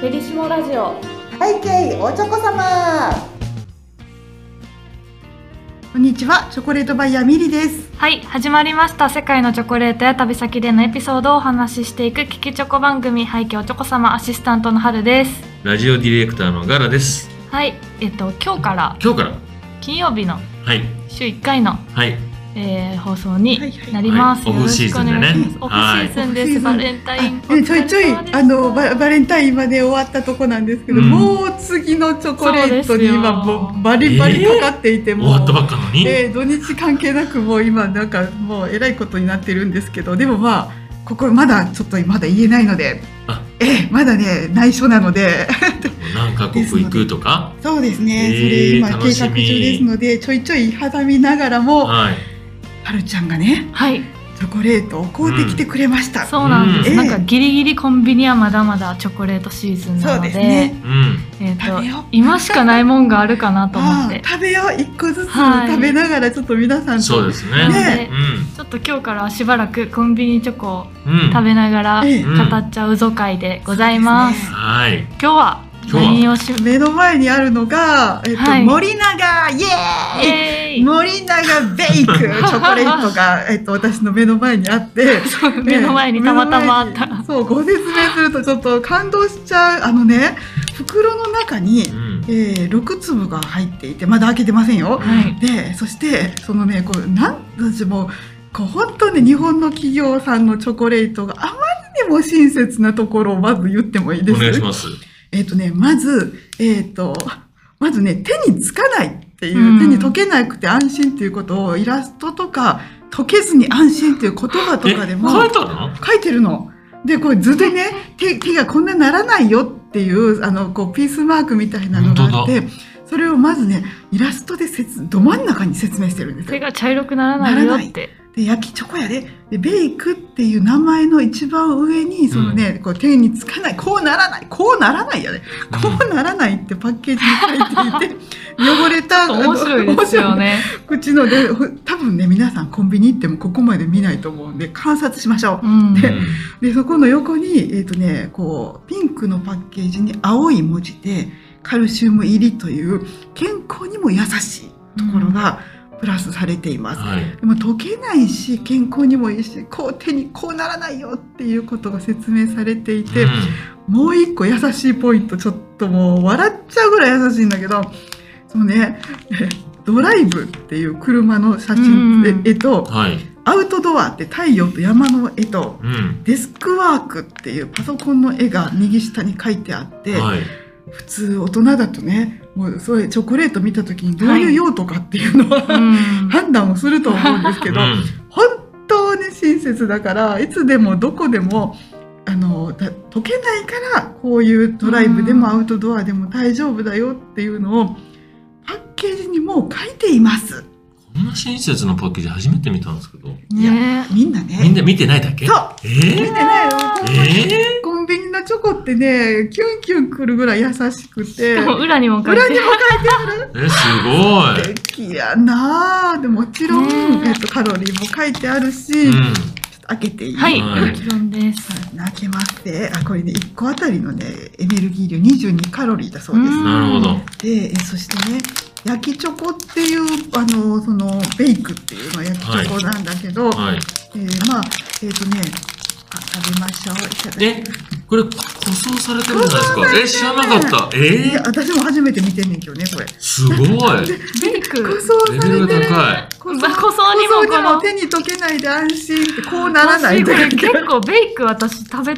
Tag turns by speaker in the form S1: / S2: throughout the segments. S1: ペリシモラジオ
S2: 背景おちょこ様こんにちはチョコレートバイヤーミリです
S1: はい始まりました世界のチョコレートや旅先でのエピソードをお話ししていく聞きチョコ番組背景おちょこ様アシスタントの春です
S3: ラジオディレクターのガラです。
S1: はいえっと今日から
S3: 今日から。
S1: 金曜日の
S3: はい。
S1: 週1回の、
S3: はい。
S1: えー放送に
S2: はいはい
S1: なります、
S3: はいオフシーズンでね
S1: よろしくお願いしますオフシーズンで
S2: は
S1: す
S2: い
S1: バレンタイン
S2: あちょいちょいあのババレンタインまで終わったとこなんですけど、
S3: うん
S2: もう次のチョコレー
S1: そ
S2: トに今
S1: うですよ
S2: もうバリバリかかっていて、
S3: 終
S2: もう
S3: わったばっかのに。
S2: で土日関係なくもう今なんかもうえらいことになってるんですけどでもまあここまだちょっとまだ言えないので
S3: あ
S2: ええまだね内緒なので
S3: 何カ国行くとか。
S2: そうです
S3: え
S2: ね、
S3: え
S2: それ今
S3: 楽
S2: 計
S3: しみ
S2: 画中ですのでちょいちょい肌見ながらもは
S3: はい。
S2: るちゃんがね
S1: はい
S2: チョコレートを買うてきてくれました、
S1: そうなんです、
S2: うん
S1: なんかギリギリコンビニはまだまだチョコレートシーズンな
S2: そう
S1: ので
S2: ですね
S3: うん。
S1: えっ、
S2: 食べよう
S1: と今しかないもんがあるかなと思っ
S2: あ
S1: て
S2: あ食べよう一個ずつ
S1: はい
S2: 食べながらちょっと皆さん
S3: そう
S2: と
S3: ですね。
S2: ね
S3: う
S1: ちょっと今日からしばらくコンビニチョコを
S3: ん。うん。
S1: 食べながら
S2: ええ
S1: 語っちゃうぞ会でございます。
S2: そうで
S3: はい。
S1: 今日は
S3: 今日は
S1: 何をし
S2: 目の前にあるのが、えっと
S1: はい
S2: 森永イエーイ
S1: イエーイ
S2: 森永ベ イクチョコレートが、えっと、私の目の前にあって
S1: そう 目の前にたまたまあっ
S2: 目の前
S1: た。
S2: にそうご説明するとちょっと感動しちゃうあのね袋の中に
S3: う、ん。
S2: えー、6粒が入っていてまだ開けてませんよ
S1: はい
S2: でそしてそのねこうなん私もこう本当に日本の企業さんのチョコレートがあまりにも親切なところをまず言ってもいいで
S3: お
S2: す
S3: 願いします。
S2: えっ、とね、まず、えっ、と、まずね、手につかないっていう、
S1: うん
S2: 手に溶けなくて安心っていうことをイラストとか、溶けずに安心っていう言葉と
S3: え、
S2: かでも
S3: 書いてあるの？
S2: 書いてるの。で、これ図でね、手、手がこんなならないよっていう、あの、こう、ピースマークみたいなのがあって、それをまずね、イラストで説、ど真ん中に説明してるんです
S1: 手
S2: よ。
S1: が茶色くならないよって。
S2: で、焼きチョコやで、で、ベイクっていう名前の一番上に、そのね、こう、手につかない、こうならない、こうならないやで、こうならないってパッケージに書い ていて、汚れた、
S1: 面白いですよね。
S2: あの。面白い口ので、ふ多分ね、皆さんコンビニ行ってもここまで見ないと思うんで、観察しましょ
S1: う
S2: う。
S1: ん。
S3: う
S2: で
S3: ん。
S2: で、そこの横に、えっ、とね、こう、ピンクのパッケージに青い文字で、カルシウム入りという、健康にも優しいところが、プラスされています。
S3: はい。
S2: でも溶けないし健康にもいいしこう手にこうならないよっていうことが説明されていて、もう一個優しいポイントちょっともう笑っちゃうぐらい優しいんだけどそのね ドライブっていう車の写真
S1: うん
S2: で絵
S3: う
S2: と
S3: んはい。
S2: アウトドアって太陽と山の絵と
S3: うん。
S2: デスクワークっていうパソコンの絵が右下に書いてあって、
S3: はい。
S2: 普通大人だとねもうそういうチョコレート見た時にどういう用途かっていうのは、
S1: うん。
S2: 判断をすると思うんですけど、
S3: うん
S2: 本当に親切だからいつでもどこでもあのだ溶けないからこういうドライブで
S1: う
S2: も
S1: ん
S2: アウトドアでも大丈夫だよっていうのをパッケージにもう書いています
S3: こんな親切なパッケージ初めて見たんですけど。
S2: いや
S1: ね
S2: みんなね
S3: みんな見てないだけ？
S2: そう見
S3: え
S2: て
S3: ー？
S2: ないよ
S3: え
S2: コンビニのチョコってねキュンキュンくるぐらい優しくて
S1: でも裏にも書い
S2: 裏に
S1: て
S2: も書いてある
S3: ー？え、す
S2: 素敵やなあでもちろん、
S1: ね
S2: えっと、カロリーも書いてあるし、
S3: ごい。
S2: ちょっ
S3: ん。
S2: と開けていい
S1: はい、
S3: はい
S1: もちろんです。
S2: 泣けますね。あ、これね、1個あたりのね、エネルギー量22カロリーだそうで
S1: うん
S3: なるほど。
S2: す。で、えそしてね、焼きチョコっていう、あの、その、ベイクっていうのは焼きチョコなんだけど、
S3: はい。
S2: えーまあ、えっ、とね、あ食べましょう。いただき
S3: え、これ、舗装されてるじゃないですか。え、知らなかった。
S2: い
S3: え
S2: や
S3: ー、
S2: 私も初めて見てんねんけどね、これ。
S3: すごい。
S1: ベイ
S2: 塗
S1: ク。
S2: 装
S3: レ
S2: さ
S3: ベ
S2: れ
S3: ル
S2: て
S3: が
S2: る。
S3: 高い。
S2: こ
S1: まあ塗装にもこの
S2: 手に溶けないで安心って、こうならない
S1: 私こ
S2: とか言
S1: れ
S2: って
S1: 結構ベイク私食べ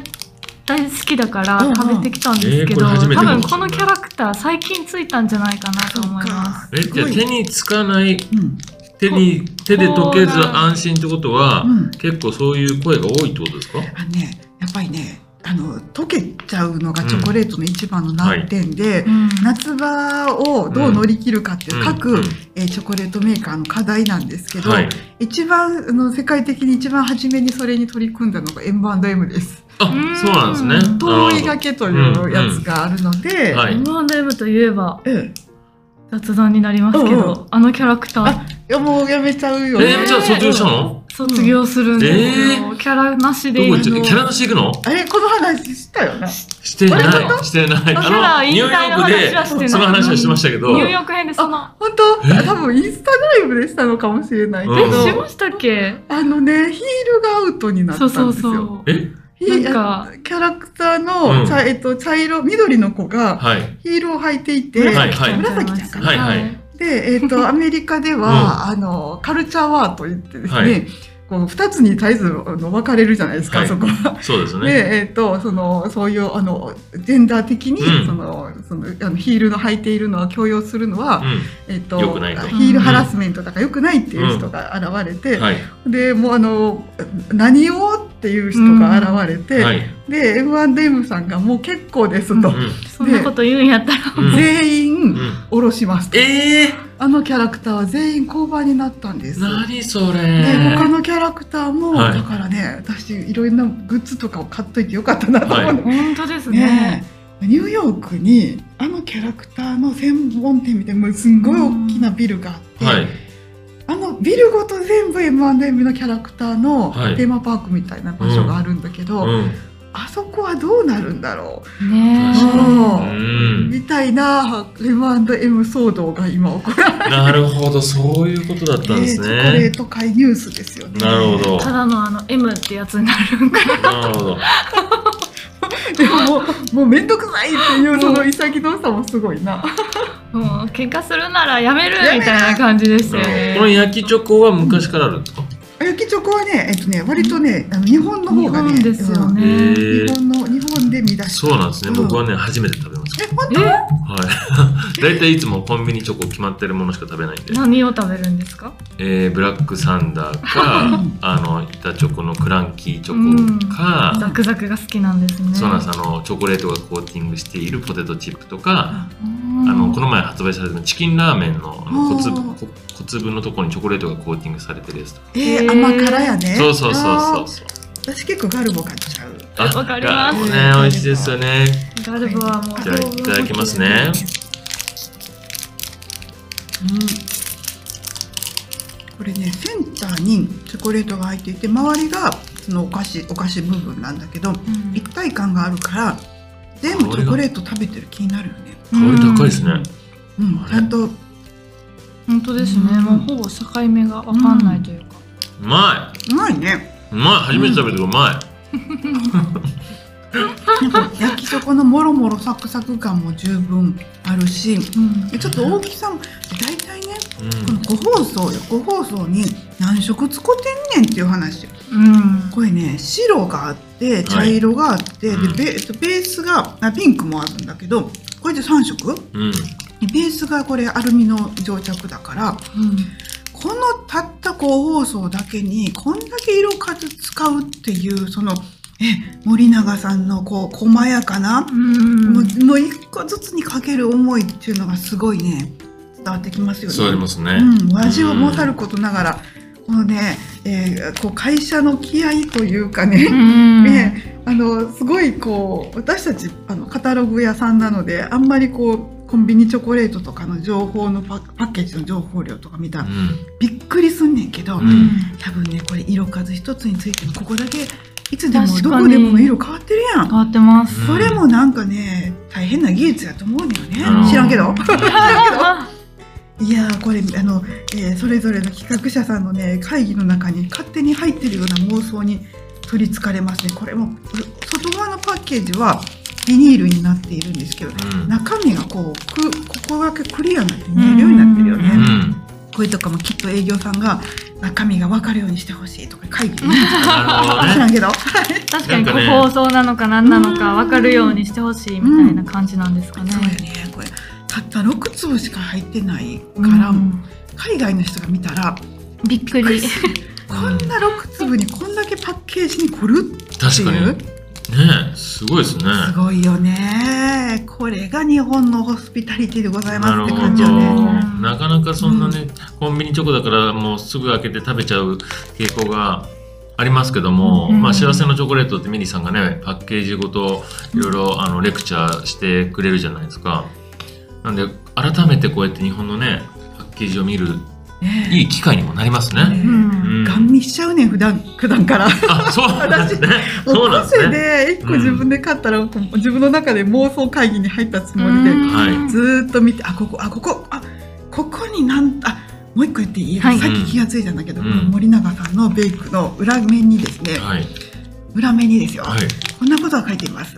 S1: 大好きだから
S2: うんうん
S1: 食べてきたんですけど、
S3: えーこれ初め
S1: 多
S3: てか
S1: 分
S3: もしれない
S1: このキャラクター最近ついたんじゃないかなと思います。
S3: え、じゃあ
S2: すごい
S3: 手につかない、
S2: うん。
S3: 手に、手で溶けず安心ってことは、
S2: うん
S3: 結構そういう声が多いってことですか
S2: あのね、やっぱりね、あの溶けちゃうのがチョコレートの一番の難点で、
S1: うん
S2: 夏場をどう乗り切るかっていう各、
S3: うんうん
S2: えーチョコレートメーカーの課題なんですけど、
S3: はい。
S2: 一番あの世界的に一番初めにそれに取り組んだのが M&M です。
S3: あ、
S1: うん
S3: そうなんですね。なるほ
S2: 遠い
S3: ど
S2: がけというやつがあるので、
S3: うんはい
S1: M&M といえば
S2: うんい
S1: 雑談になりますけど、
S2: うんう
S1: あのキャラクター
S2: あやもうやめちゃうよね。
S3: え、じゃあ卒業したの
S1: 卒業するんですよ、
S3: え
S1: キャラなし
S3: ど
S1: でいい
S3: こ
S1: の
S3: 行っちゃうキャラなし行くの
S2: あれこの話したよね
S3: してな
S2: あれ本
S3: い。してない。
S1: キャ
S3: あ
S1: ラ
S3: の、ニ
S1: 引
S3: ューヨ
S1: 退の話は
S3: ー
S1: し
S3: ク
S1: てな
S3: で、
S1: い
S3: その話はしましたけど、
S1: ニューヨーク編でその
S2: 本当多分インスタライブでしたのかもしれないけ
S3: う
S1: え
S3: ん
S2: ど、
S1: しましたっけ
S2: あのねヒールがアウトになった
S1: そ
S2: ん
S1: う
S2: ですよ
S1: そうそう
S3: え
S2: ヒー
S1: なんか
S2: キャラクターの、
S3: うん
S2: 茶えっと、茶色緑の子が
S3: はい。
S2: ヒールを履いていて、
S3: はいはい
S2: 紫ちゃんかな
S3: はいはい
S2: で、え っとアメリカでは、あのカルチャーワーといってですね、
S3: はい
S2: こう2つに絶えずあの分かれるじゃないですか、
S3: はい
S2: そこは。
S3: そうですね。
S2: でえっとそのそういうあのジェンダー的に、
S3: うん
S2: そのそのあのヒールの履いているのは強要するのは、
S3: う
S2: えっと
S3: 良くないと
S2: ヒールハラスメントだからよくないっていう人が現れて、
S3: ん。はい。
S2: でもうあの何をっていう人が現れて、
S3: はい。
S2: で F1 デムさんがもう結構ですと、
S1: う
S3: う
S1: そんなこと言うんやったら
S3: ん。うん
S2: 全員
S3: うん
S2: 降ろしますと、
S3: ええ
S2: あのキャラクターは全員降板になったんです。
S3: 何それ
S2: で他のキャラクターも、
S3: はい
S2: だからね私いろんなグッズとかを買っといてよかったなと思うの、
S1: 本当ですね
S2: ねえニューヨークにあのキャラクターの専門店みたいなすんごい大きなビルがあって、
S3: はい。
S2: あのビルごと全部 M&M のキャラクターの
S3: はい
S2: テーマパークみたいな場所があるんだけど、
S3: うん。
S2: あそこはどうなるんだろ
S1: ね
S2: う、
S3: 確かにう
S2: うん
S3: ん。
S2: みたいな M&M 騒動が今起こられ
S3: なるほど、そういうことだったんで
S2: てチ
S3: す
S2: ョコレ
S3: ね
S2: ー。ト界ニュースですよね。
S3: なるほど。
S1: ただのあの M ってやつになるんか
S3: なるほど。
S2: でももうもうめんどくさいっていうそ
S1: も
S2: の
S1: う
S2: 潔さもすごいな。
S1: もう喧嘩するならやめる
S2: やめる
S1: みたいな感じでしたよね
S3: この焼きチョコは昔からあるんですか
S2: 焼きチョコはね、えっとね、割とね、あの日本の方がね、
S1: 日本ですよね、
S2: うん。
S3: ええ
S2: 日本の日本で見出した。
S3: そうなんですね。僕はね、初めて食べました。
S2: え、本
S1: え
S3: はい。 大体いつもコンビニチョコ決まってるものしか食べないんで。
S1: 何を食べるんですか
S3: えー、ブラックサンダーか、あの、板チョコのクランキーチョ
S2: う
S3: コ
S2: ん
S3: か、
S1: ザクザクが好きなんですね
S3: そうなんです。あの、チョコレートがコーティングしているポテトチップと
S2: あ
S3: か、あ
S1: うん
S3: の、この前発売されたチキンラーメンのあの小
S2: あ
S3: 粒
S2: ー
S3: こ小粒のところにチョコレートがコーティングされてるやつとか。
S2: 当え
S1: へ
S2: ー、
S1: ー
S2: 甘辛やね。
S3: そうそうそ
S2: あ
S3: う
S2: ー
S3: そう。
S2: 私結構ガルボ買っちゃう。
S3: あ
S1: わかります
S3: ガムね、美味しいですよね。
S1: ガルボはもう
S3: じゃあいただきますね。
S2: これね、センターにチョコレートが入っていて、周りがそのお菓子、お菓子部分なんだけど、
S1: うん
S2: 一体感があるから、全部チョコレート食べてる気になるよね。
S3: 香り高いですね。
S2: うん、
S3: あ
S2: ち
S3: れ
S2: ゃんと
S1: 本当ですね、
S2: うん
S1: もうほぼ境目がわかんないというか、
S3: うま
S2: うまい ね。
S3: い。うまい。初めて食べたけどうまい。
S2: 焼きチョコのもろもろサクサク感も十分あるし、
S1: うん
S2: でちょっと大きさも大体ね、
S3: うん
S2: この個包装よ、個包装に何色使ってんねんっていう話。
S1: うん
S2: これね、白があって、茶色があって、
S3: うん
S2: でベえっとベースがあピンクもあるんだけど、これで3色で
S3: うん。
S2: ベースがこれアルミの蒸着だから、このたった個包装だけにこんだけ色数使うっていうそのえ森永さんのこう細やかな、
S1: うん
S2: もうもう一個ずつにかける思いっていうのがすごいね伝わってきますよね。
S3: そうありますね。
S2: うん、味をもたることながら、このね、えーこう会社の気合というかね、
S1: うん
S2: ね、あのすごいこう私たちあのカタログ屋さんなのであんまりこうコンビニチョコレートとかの情報のパパッケージの情報量とか見た
S3: う
S2: ら
S3: ん。
S2: びっくりすんねんけど、
S3: うん
S2: 多分ねこれ色数一つについてもここだけいつでも
S1: 確
S2: ど
S1: かに
S2: こでもの色変わってるやん
S1: 変。わってます、
S2: それもなんかね大変な技術やと思うのよね、
S3: うん
S2: 知らんけど
S1: あ
S2: いやーこれあの、えーそれぞれの企画者さんのね会議の中に勝手に入ってるような妄想に取りつかれますねこれもう外側のパッケージはビニールになっているんですけど
S3: うん。
S2: 中身がこうくここだけクリアになって見えるようになってるよね、
S1: う
S3: うん。
S2: これとかもきっと営業さんが中身が分かるようにしてほしいとか会議で、
S3: なるほど
S2: 知ら
S3: ね。
S2: んけど
S1: 確かに個
S3: なんかね
S1: 包装なのか何なのか分かるようにしてほしいみたいな感じなんですかね。
S2: そうよねこれたった6粒しか入ってないから、
S1: うん
S2: 海外の人が見たら
S1: びっくり。
S2: こんな6粒にこんだけパッケージに凝るって
S3: 確かに。
S2: いう
S3: ねすごいですね。
S2: すごいよねこれが日本のホスピタリティでございますって感じよ
S1: なるほ
S2: ね
S1: ど
S3: なかなかそんなね、コンビニチョコだからもうすぐ開けて食べちゃう傾向がありますけども、
S1: うん
S3: まあ幸せのチョコレートってミリさんがねパッケージごといろいろあのレクチャーしてくれるじゃないですかなんで改めてこうやって日本のねパッケージを見る
S2: ね
S3: いい機会にもなりますね。
S1: う
S2: ね
S3: うんん
S2: ガン見しちゃうねん普段普段から。
S3: あ、そうなんですね。そうなん
S2: 個
S3: です
S2: 性
S3: ね。
S2: で一個自分で買ったら、こう自分の中で妄想会議に入ったつもりで、
S1: うん
S3: はい
S2: ずーっと見てあここあここあここになんあもう一個言っていい、
S1: はい
S2: さっき気がついたんだけど、
S3: うん
S2: この森永さんのベイクの裏面にですね
S3: はい。
S2: 裏面にですよ、
S3: はい。
S2: こんなことが書いています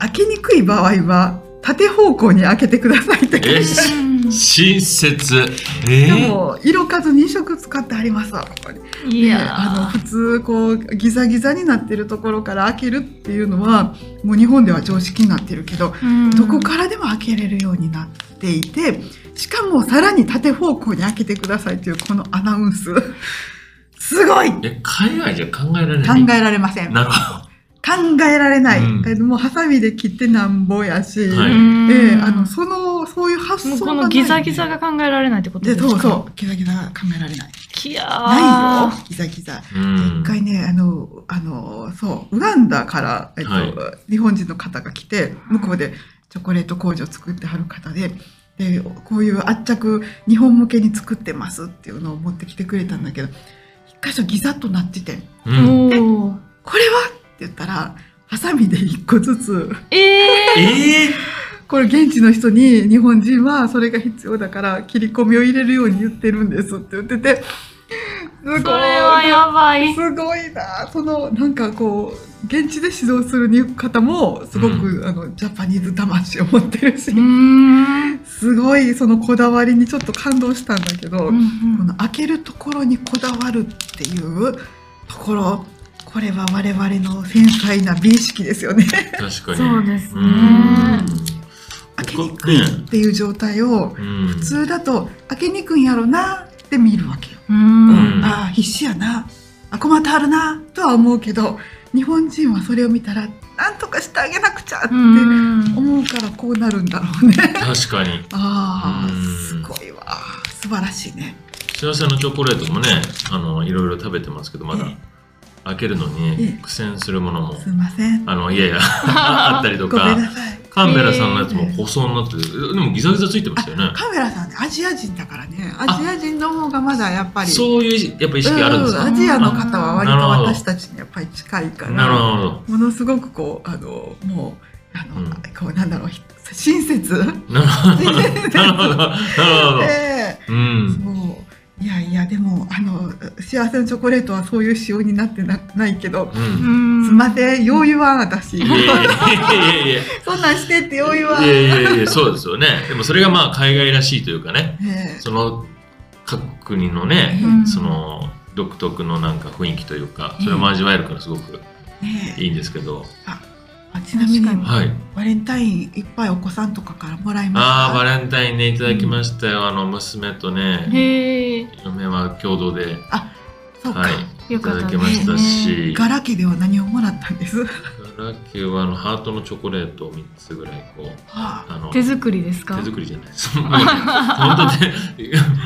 S2: 開けにくい場合は縦方向に開けてくださいって書いてあ
S3: え
S2: る
S3: し
S1: うん
S3: 親切。え
S2: で
S3: ー、
S2: も色数2色使ってありますわここに
S1: い
S2: で
S1: やー
S2: あの普通こうギザギザになってるところから開けるっていうのはもう日本では常識になってるけど、
S1: うん
S2: どこからでも開けれるようになっていてしかもさらに縦方向に開けてくださいというこのアナウンスすごい考
S3: え、海外じゃ考えられない。
S2: えられません考
S3: なるほ
S2: えられない、
S3: うん
S2: えもうハサミで切ってなんぼやし、
S3: は
S1: う
S3: い
S1: ん
S2: ええあのそのそういう発
S1: もう
S2: 想
S1: こ
S2: がない
S1: のギザギザが考えられないってことで
S2: です
S1: か
S2: そうそうギザギザが考えられない
S1: いや
S2: ないよ
S1: ー
S2: ギザギザ
S3: ど。う
S2: 一
S3: ん。
S2: 回ねあのあのそうウガンダから、えっと
S3: はい
S2: 日本人の方が来て向こうでチョコレート工場作ってはる方ででこういう圧着日本向けに作ってますっていうのを持ってきてくれたんだけど一箇所ギザッとなってて「
S3: うん。
S1: おー
S2: これは?」って言ったらハサミで一個ずつ
S1: えー
S3: えー、
S2: これ現地の人に日本人はそれが必要だから切り込みを入れるように言ってるんですって言ってて。すごい
S1: それはやばい
S2: すごいなそのなんかこう現地で指導する方もすごく、
S3: う
S2: あのジャパニーズ魂を持ってるし、
S1: うーん
S2: すごいそのこだわりにちょっと感動したんだけど、
S1: うん
S2: この開けるところにこだわるっていうところこれは我々の繊細な美意識ですよね。
S3: 確か
S1: うん
S3: に。
S1: そうですね
S2: 開けにくいっていう状態を
S3: うん。
S2: 普通だと開けにくいんやろなって見るわけよ。
S1: うーん
S3: うん
S2: ああ必死やなあ困ってはるなとは思うけど日本人はそれを見たらなんとかしてあげなくちゃって
S1: うん
S2: 思うからこうなるんだろうね
S3: 確かに。
S2: ああ
S3: うん
S2: すごいわ素晴らしいね
S3: 幸せのチョコレートもね、あの、いろいろ食べてますけど、まだ
S2: え
S3: 開けるの
S2: え
S3: に
S2: え
S3: 苦戦するものも、
S2: すいません
S3: あの、いやいや、あったりと
S2: ごめん
S3: か、
S2: なさい
S3: カンベラさんのやつも細になってる、でもギザギザついてましたよね。
S2: カメラさんねアジア人だからねアジア人の方がまだやっぱり
S3: そういう、やっぱ意
S2: 意
S3: 識あるんですか
S2: アジアの方は割と
S3: あなるほど
S2: 私たちにやっぱり近いから
S3: なるほど。
S2: ものすごくこうあのもうあの、
S3: うん
S2: こうなんだろうひ親切
S3: なるほど。なるほど。なるほど。
S2: ええ
S3: うん。
S2: そういやいやでもあの幸せのチョコレートはそういう仕様になってなないけど、
S3: うん
S1: う。
S2: すんませんよう言わん私、
S3: いやいやいやいやいや。
S2: そんなんしてってよう言わん、
S3: い
S2: え
S3: やいやいや、そうですよね。でもそれがまあ海外らしいというかね、
S2: え
S3: その各国のね、
S1: うん
S3: その独特のなんか雰囲気というか、それも味わえるからすごく
S2: ねえ
S3: いいんですけど。
S2: あちなみに
S1: 確かに
S3: はい。
S2: バレンタインいっぱいお子さんとかからもらいました
S3: ああ、バレンタインね、いただきましたよ。あの、娘とね、
S1: へえ
S3: 嫁は共同で、
S2: そうか、
S3: はい、い
S1: よ
S3: た
S1: かった
S3: だ
S1: ね
S3: きましたし、
S2: ガラケでは何をもらったんです、は
S3: ガラケーはあのハートのチョコレートを3つぐらいこう
S2: あ、
S3: あの
S1: 手作りですか
S3: 手作りじゃないですもう本当で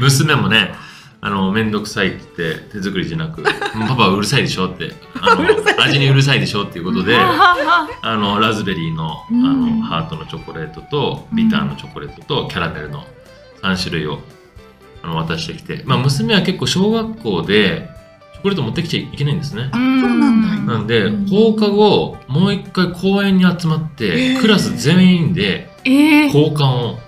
S3: 娘もねあの面倒くさいって言って手作りじゃなくパパはうるさいでしょってあの味にうるさいでしょっていうことであのラズベリーのあの、
S1: うん
S3: ハートのチョコレートとビターのチョコレートとキャラメルの3種類をあの渡してきて、まあ、娘は結構小学校でチョコレート持ってきちゃいけないんですね
S2: あ。そうなんだ
S3: なんで、
S2: うん
S3: 放課後もう一回公園に集まって、
S2: えー
S3: クラス全員で
S1: ええ
S3: 交換を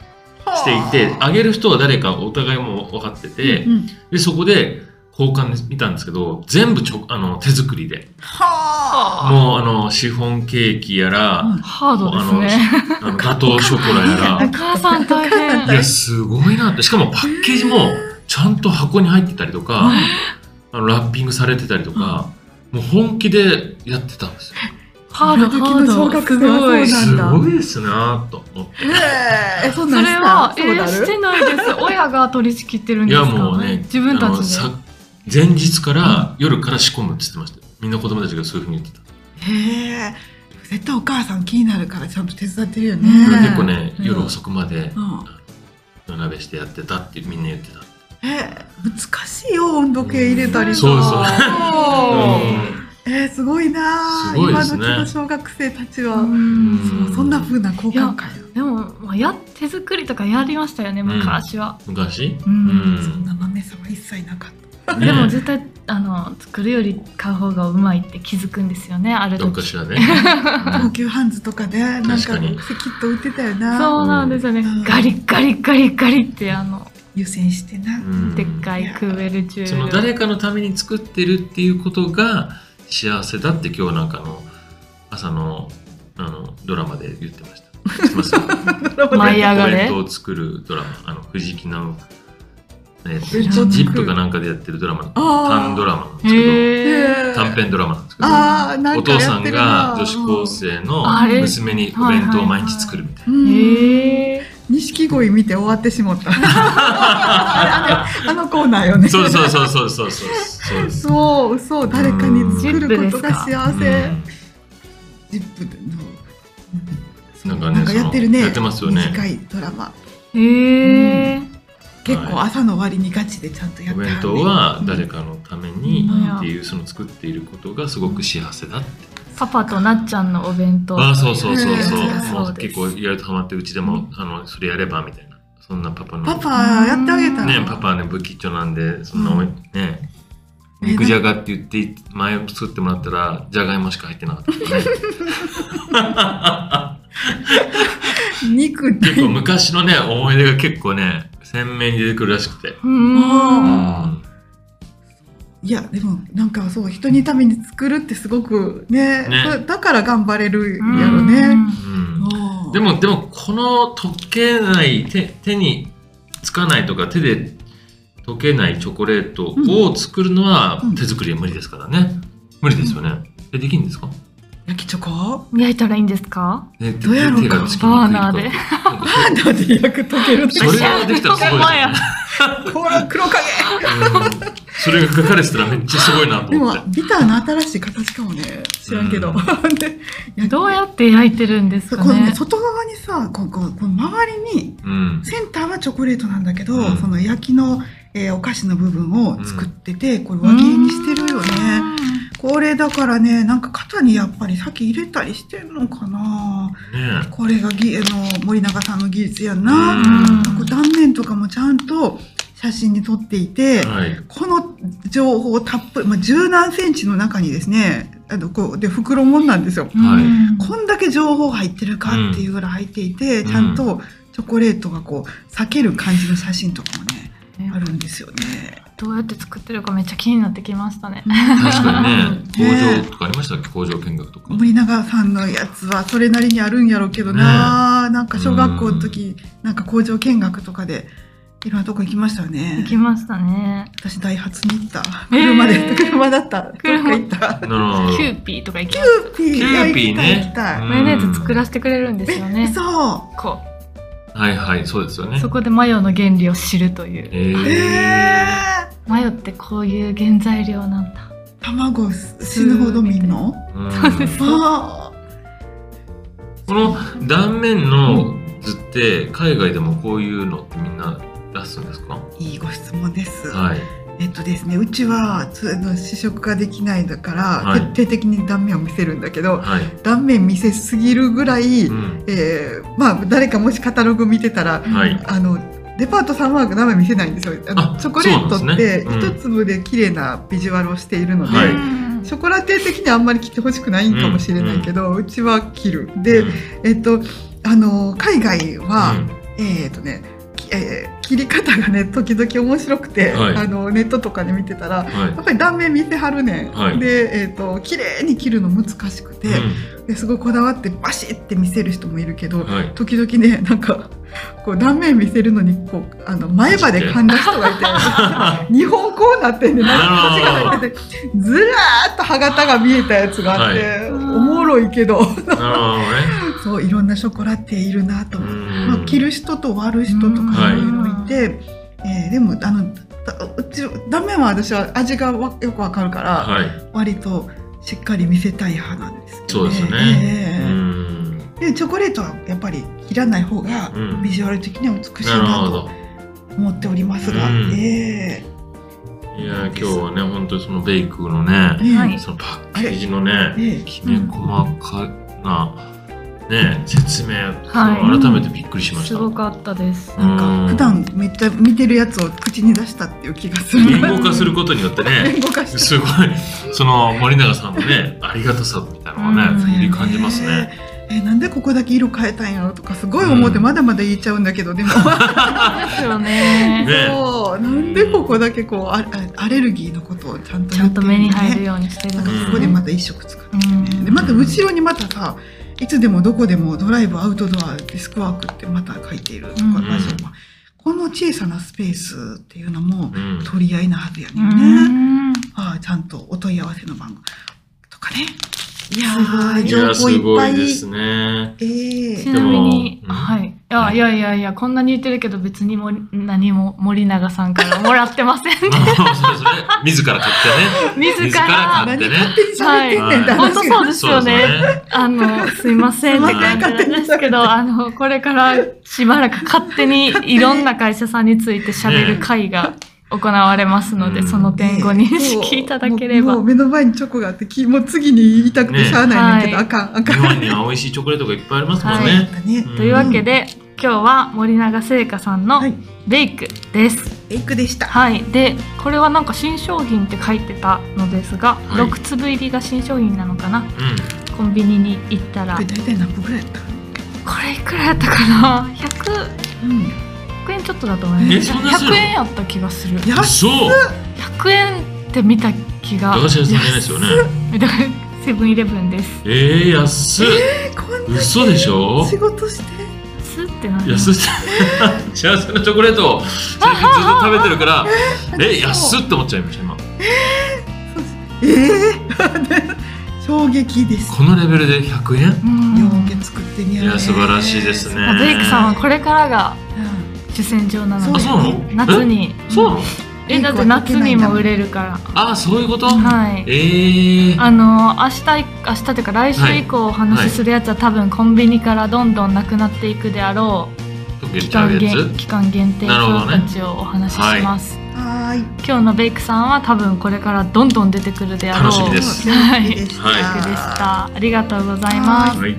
S3: していて
S2: は
S3: あげる人は誰かお互いも分かってて、
S2: うん
S3: でそこで交換で見たんですけど全部ちょあの手作りで
S2: はあ
S3: もうあのシフォンケーキやら、
S2: うん
S1: ハードですね
S3: あのガトーショコラ
S1: お
S3: や
S1: 母さん大
S3: らい
S1: 変
S3: やすごいなってしかもパッケージもちゃんと箱に入ってたりとかあのラッピングされてたりとか、もう本気でやってたんですよ
S1: ハード
S2: 今時の
S1: ハー
S2: 小
S1: ド
S2: 学
S1: す
S2: 生はそう
S1: ごい
S2: なんだ
S3: すごいですなと思って。
S2: ええそん
S1: そ
S2: なんし
S1: れ
S2: た
S1: はえー
S2: そ
S1: し
S2: うなる
S1: てないです親が取り仕切ってるん
S3: い
S1: です
S3: や
S1: か
S3: もうね、
S1: 自分た
S3: あの
S1: ちで
S3: さ前日から夜から仕込むって言ってましたよ。みんな子供たちがそういうふうに言ってた。
S2: へえ絶対お母さん気になるからちゃんと手伝ってるよね
S1: うん
S3: それ結構ね、
S2: うん
S3: 夜遅くまで
S2: うん
S3: 夜鍋してやってたってみんな言ってた。
S2: え難しいよ温度計入れたり
S3: そうそう
S2: そう
S1: おー
S3: うん
S2: えー、すごいなー
S3: すごいで
S2: 今
S3: すね
S2: 時の小学生たちは、
S1: うん
S2: そうそんな風な交換会
S1: でも、まあ、や手作りとかやりましたよね昔は、
S3: 昔、
S2: う
S3: うんん
S2: そんな豆さは一切なかっ
S3: ね
S1: でも絶対あの作るより買う方がうまいって気づくんですよねある
S3: どっ
S1: 時
S3: かしらね、
S2: た東急ハンズとかでなんか
S3: 確かに
S2: セキッと売ってたよな
S1: そうなんですよね、
S2: うん
S1: ガリガリガリガリってあの
S2: 湯煎してな、
S3: うん
S1: でっかいクーベルチュ
S3: その
S1: ール
S3: 誰かのために作ってるっていうことが幸せだって今日なんかあの朝のあのドラマで言ってました。知ってます
S1: 舞い上が
S3: お弁
S1: れ
S3: 当を作るドラマ、あの藤木直樹、え
S2: 弁当
S3: ー
S2: 作る
S3: ジップかなんかでやってるドラマ、
S2: あ
S3: 単ドラマなんですけ
S2: ー
S1: へー
S2: へ
S3: ど、短編ドラマなんですけど、
S2: あーな
S3: お
S2: んか
S3: 父
S2: や
S3: さ
S2: っ
S3: ん
S2: てるな
S3: が女子高生の
S1: あれ
S3: 娘にお弁当を毎日作るみたいな。
S2: うん
S1: へー
S2: 錦鯉見て終わってしまったあれあのコーナーよね
S3: そうそうそうそうそうそうそうです。
S2: そうそう誰かに作ることが
S3: う
S2: 幸
S3: ん
S2: せジップでのそう
S3: なんかね
S2: なんかやってる
S3: そ
S2: ね
S3: のやってますよね
S2: 短いドラマ
S1: へー
S2: 結構朝の終わりにガチでちゃんとや
S3: お
S2: ってはるね
S3: 弁当は誰かのために
S1: うん
S3: っていうその作っていることがすごく幸せだって。
S1: パパとなっちゃんのお弁当
S3: ああそうそうそうそう。
S2: うん
S3: もう結構
S1: い
S3: 意外とハマってうちでもあのそれやればみたいなそんなパパの
S2: パパやってあげたら
S3: ねパパはね不器長なんでそんなおいね肉じゃがって言って前作ってもらったらじゃがいもしか入ってなかった からね。
S2: 肉
S3: 結構昔のね思い出が結構ね鮮明に出てくるらしくて。
S2: う
S3: うん
S2: いやでもなんかそう人にために作るってすごくね
S3: ね
S2: そうだから頑張れるや
S3: ん
S2: ろね。
S3: うん
S2: もう
S3: でもでもこの溶けない手手につかないとか手で溶けないチョコレートを作るのは
S2: うん
S3: 手作りは無理ですからね無理ですよねえできるんですか
S2: 焼きチョコ
S1: 焼いたらいいんですか
S3: え
S2: どうやろうか
S3: 手がつきにくいとか
S1: バーナー で
S3: なんか
S2: パンダで焼く溶けるって
S3: それができたらすごいですよね
S2: ほら黒影
S3: うんそれが書かれてたらめっちゃすごいなと
S2: で
S3: 思
S2: も
S3: って
S2: ビターの新しい形かも ね知らんけど、
S3: う
S2: で焼き
S1: どうやって焼いてるんです
S2: そう
S1: か
S2: このね
S1: ね
S2: 外側にさこうこうこの周りに
S3: うん
S2: センターはチョコレートなんだけど、
S3: うん
S2: その焼きの、えーお菓子の部分を作ってて、これ輪切りにしてるよね。これだからねなんか肩にやっぱりさっき入れたりしてんのかな
S3: ね
S2: これがぎあの森永さんの技術やな、
S3: うん
S2: こう断面とかもちゃんと写真に撮っていて、
S3: はい
S2: この情報をたっぷり、まあ、十何センチの中にですねあのこうで袋もんなんですよ、
S1: うん
S3: はい
S1: うん
S2: こんだけ情報入ってるかっていうぐらい入っていて、
S3: ん
S2: ちゃんとチョコレートがこう裂ける感じの写真とかもねあるんですよね。
S1: どうやって作ってるかめっちゃ気になってきましたね
S3: 確かにね
S2: ね
S3: 工場とかありましたっけ工場見学とか
S2: 森永さんのやつはそれなりにあるんやろうけどな、なんか小学校の時なんか工場見学とかでいろんなとこ行きましたよね
S1: 行きましたね
S2: 私ダイハツに行った車で、
S1: えー
S2: 車だったどっか
S1: 車
S2: 行った
S3: なるほど
S1: キューピーとか行き
S2: キュ
S3: キューピー
S2: いや行き
S3: ね
S2: たい行
S3: うん
S1: マヨネーズ作らせてくれるんですよ
S2: きたい
S1: ね
S2: そ
S1: こ
S3: はいはいそうですよ
S1: う
S3: ね
S1: そこでマヨの原理を知るという
S3: え
S2: うえ
S3: ー
S2: え
S1: マヨってこういう原材料なんだ
S2: ー、卵死ぬほど見んの
S3: うん
S1: そうです
S2: あ
S3: この断面の図って海外でもこういうのってみんな出すんですか
S2: ーいいご質問です、
S3: はい
S2: えっとですねうちはつあの試食ができないだから、
S3: はい
S2: 徹底的に断面を見せるんだけど
S3: はい、
S2: 断面見せすぎるぐらい、
S3: うん、
S2: えーまあ誰かもしカタログ見てたら
S3: はい
S2: あのデパートさんは名前見せないんですよあの
S3: あ
S2: チョコレート
S3: そうな
S2: っ
S3: ん
S2: て
S3: ですねうん
S2: 一粒で綺麗なビジュアルをしているので、
S3: はい
S1: うん
S2: ショコラテ的にはあんまり切ってほしくないんかもしれないけど、うちは切るで、
S3: うん
S2: えっとあの海外は、
S3: うん
S2: えーっとねきえー切り方がね時々面白くて、
S3: はい
S2: あのネットとかで見てたらや
S3: は
S2: っぱり断面見てはるねん、
S3: はい
S2: で、えー、と綺麗に切るの難しくて、
S3: い、
S2: ですごいこだわってバシッて見せる人もいるけど、
S3: うんはい、
S2: 時々ねなんかこう断面見せるのにこうあの前歯で噛んだ人 がいて日本こうなってんねなんか
S3: なるほ
S2: 口が入
S3: ど
S2: っててずらーっと歯型が見えたやつがあって、
S3: はい
S2: おもろいけど
S3: なるほ
S2: そういろんなショコラっているなと
S3: ど
S2: 思って、
S3: ね、
S2: まあ、着る人と割る人とかいろいろいて、えーでもあのだうち断面は私は味がわよくわかるから、
S3: はい
S2: 割としっかり見せたい派なんですけ
S3: そ
S2: ど、
S3: うですよね、
S2: えー
S3: うん
S2: でチョコレートはやっぱり切らない方が
S3: うん
S2: ビジュアル的には美しい
S3: なる
S2: な
S3: ほ
S2: と
S3: ど
S2: 思っておりますが、
S3: うん
S2: ええ
S3: いや今日はね本当にそのベイクのね
S2: ね
S1: はい
S3: そのパッケージのね
S2: ね
S3: きめ細かなね説明、
S1: はい
S3: 改めてびっくりしました。
S1: すごかったです。
S2: なんか普段めっちゃ見てるやつを口に出したっていう気がする
S3: 言語化することによってね
S2: 言語化して
S3: すごいその森永さんのねありがたさみたいなのが
S1: うん
S3: ねより感じますね。
S2: えなんでここだけ色変えたんやろとかすごい思ってまだまだ言えちゃうんだけど、でも
S1: ですよね。
S3: ね
S2: そうなんでここだけこうああアレルギーのことをちゃんと
S1: ちゃんと目に入る
S2: よ
S1: ようにしてる
S2: だ
S1: ん
S2: か
S1: で
S2: ら
S1: す
S2: そこで
S1: ね。
S2: また一色使って、
S1: うん
S2: でまた後ろにまたさいつでもどこでもドライブアウトドアデスクワークってまた書いていると
S1: うん
S2: かラジオはこの小さなスペースっていうのも
S3: うん
S2: 取り合いなはずやね
S1: うん
S2: ね、
S1: ん
S2: ああちゃんとお問い合わせの番号とかねいや
S1: すご
S2: ー
S3: いや
S2: 情
S3: す
S2: 報
S3: ご
S2: いっ
S3: い
S2: ぱい
S3: ですね。
S2: ええ
S1: ちなみに、
S3: でも
S1: はい。いやいやいやいや、こんなに言ってるけど、別にも 何も森永さんからもらってません
S3: そうですね自ら買ってね。
S1: 自
S3: あ
S1: ら。
S3: っ
S2: 何
S3: てね
S2: 勝手に喋ってんねんって
S1: 本
S2: 話
S1: 当
S2: が、
S1: そうですよ
S3: そう
S1: ね。あの、すいませんって感じなんですけど、あの、これからしばらく勝手にいろんな会社さんについて喋る会が行われますので、
S3: うん
S1: その点ご認識いただけれ
S2: もうも
S1: ば
S2: う。目の前にチョコがあってきもう次に言いたくてしゃあないねんけど、
S1: ね
S2: あかんあ
S3: 日
S2: かん
S3: 本には美味しいチョコレートがいっぱいありますもん
S1: は
S3: ね。
S2: ね
S3: ん
S1: というわけで、今日は森永製菓さんの
S2: はい
S1: ベイクです。
S2: エイクでした
S1: はい。で、これはなんか新商品って書いてたのですが、
S3: い
S1: 6粒入りが新商品なのかな。
S3: うん
S1: コンビニに行ったら、
S2: こ
S1: こ
S2: れ大体何個ぐらいやった
S1: れいくらやったかな ?100、
S2: うん
S1: 100円ちょっとだと思いま
S3: え
S1: す。
S3: そんなする
S1: 100円やった気がする。
S2: 安
S3: そう
S1: 100円って見た気が
S3: 駄菓子屋さんじゃないですよね。
S1: セブンイレブンです
S3: えー、安っ
S2: いこんな
S3: 嘘でしょ
S2: 仕事して
S1: スーってなる
S3: 安っ 幸せなチョコレートを最近ずっと食べてるからえ安っって思っちゃいました今
S2: ええ 衝撃です
S3: このレベルで100円
S1: うん
S2: ようけ作ってんや
S3: い
S2: ろね
S3: や素晴らしいですね
S1: まあベイクさんはこれからが
S2: う
S1: 主戦場なの
S3: あ
S1: で
S3: そうなの
S1: 夏に
S3: えそうなの
S1: えだって夏にも売れるから
S3: あそういうこと
S1: はい
S3: ええー、
S1: あの明日い明日というか来週以降お話しするやつは多分コンビニからどんどんなくなっていくであろ
S3: 溶
S1: う
S3: け
S1: 期
S3: ちゃう
S1: 間
S3: やつ
S1: 限期間限定
S3: なるほど
S1: 商
S3: ね
S1: 品たちをお話しします、
S2: んはーい
S1: 今日のベイクさんは多分これからどんどん出てくるであろう
S3: 楽しみです
S1: はい
S2: 衝撃でした
S3: は
S1: で
S3: い
S1: したありがとうございます
S3: はい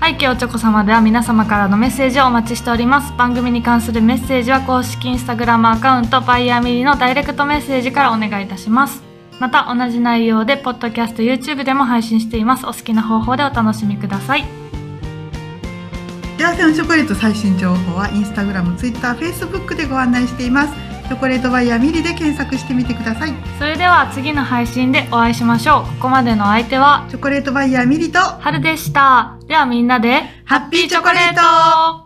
S1: はい、今日おちょこ様では皆様からのメッセージをお待ちしております。番組に関するメッセージは公式インスタグラムアカウントバイヤーミリのダイレクトメッセージからお願いいたします。また同じ内容でポッドキャスト YouTube でも配信しています。お好きな方法でお楽しみください。
S2: 幸せのチョコレート最新情報はインスタグラム、ツイッター、フェイスブックでご案内しています。チョコレートバイヤーミリで検索してみてください。
S1: それでは次の配信でお会いしましょう。ここまでのお相手は
S2: チョコレートバイヤーミリと
S1: 春でした。ではみんなで
S2: ハッピーチョコレート
S1: ート